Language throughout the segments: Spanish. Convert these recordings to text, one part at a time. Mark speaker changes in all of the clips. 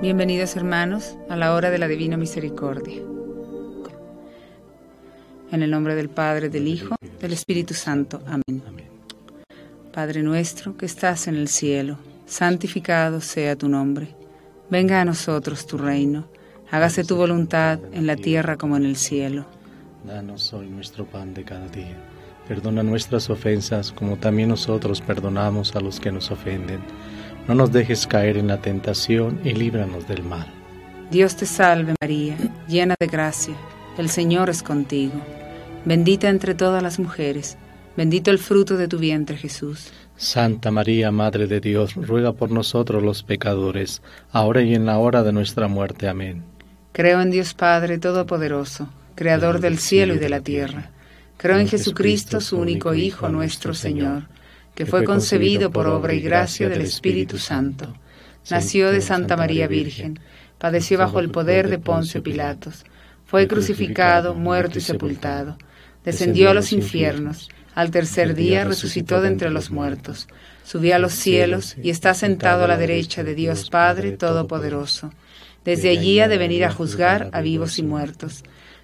Speaker 1: Bienvenidos hermanos a la hora de la divina misericordia. En el nombre del Padre, del Hijo, del Espíritu Santo. Amén. Padre nuestro que estás en el cielo, santificado sea tu nombre. Venga a nosotros tu reino. Hágase tu voluntad en la tierra como en el cielo.
Speaker 2: Danos hoy nuestro pan de cada día. Perdona nuestras ofensas como también nosotros perdonamos a los que nos ofenden. No nos dejes caer en la tentación y líbranos del mal.
Speaker 1: Dios te salve María, llena de gracia. El Señor es contigo. Bendita entre todas las mujeres. Bendito el fruto de tu vientre Jesús.
Speaker 2: Santa María, Madre de Dios, ruega por nosotros los pecadores, ahora y en la hora de nuestra muerte. Amén.
Speaker 1: Creo en Dios Padre Todopoderoso, Creador del cielo y de la tierra. Creo en Jesucristo, su único Hijo, nuestro Señor, que fue concebido por obra y gracia del Espíritu Santo. Nació de Santa María Virgen, padeció bajo el poder de Poncio Pilatos, fue crucificado, muerto y sepultado, descendió a los infiernos, al tercer día resucitó de entre los muertos, subió a los cielos y está sentado a la derecha de Dios Padre Todopoderoso. Desde allí ha de venir a juzgar a vivos y muertos.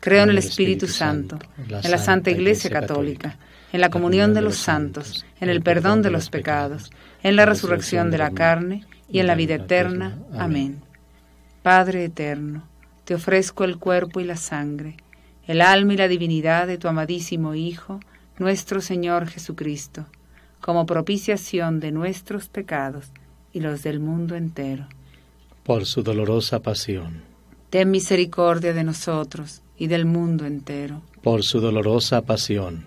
Speaker 1: Creo en el Espíritu Santo, en la Santa Iglesia Católica, en la comunión de los santos, en el perdón de los pecados, en la resurrección de la carne y en la vida eterna. Amén. Padre eterno, te ofrezco el cuerpo y la sangre, el alma y la divinidad de tu amadísimo Hijo, nuestro Señor Jesucristo, como propiciación de nuestros pecados y los del mundo entero.
Speaker 2: Por su dolorosa pasión.
Speaker 1: Ten misericordia de nosotros y del mundo entero.
Speaker 2: Por su dolorosa pasión.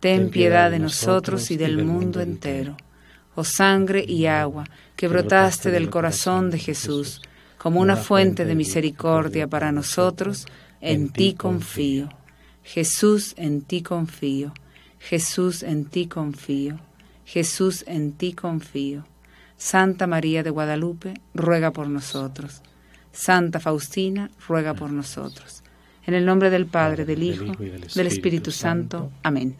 Speaker 1: ten piedad de nosotros y del mundo entero. Oh sangre y agua que brotaste del corazón de Jesús, como una fuente de misericordia para nosotros, en ti confío. Jesús, en ti confío. Jesús, en ti confío. Jesús, en ti confío. Santa María de Guadalupe, ruega por nosotros. Santa Faustina, ruega por nosotros. En el nombre del Padre, del Hijo, del Espíritu Santo. Amén.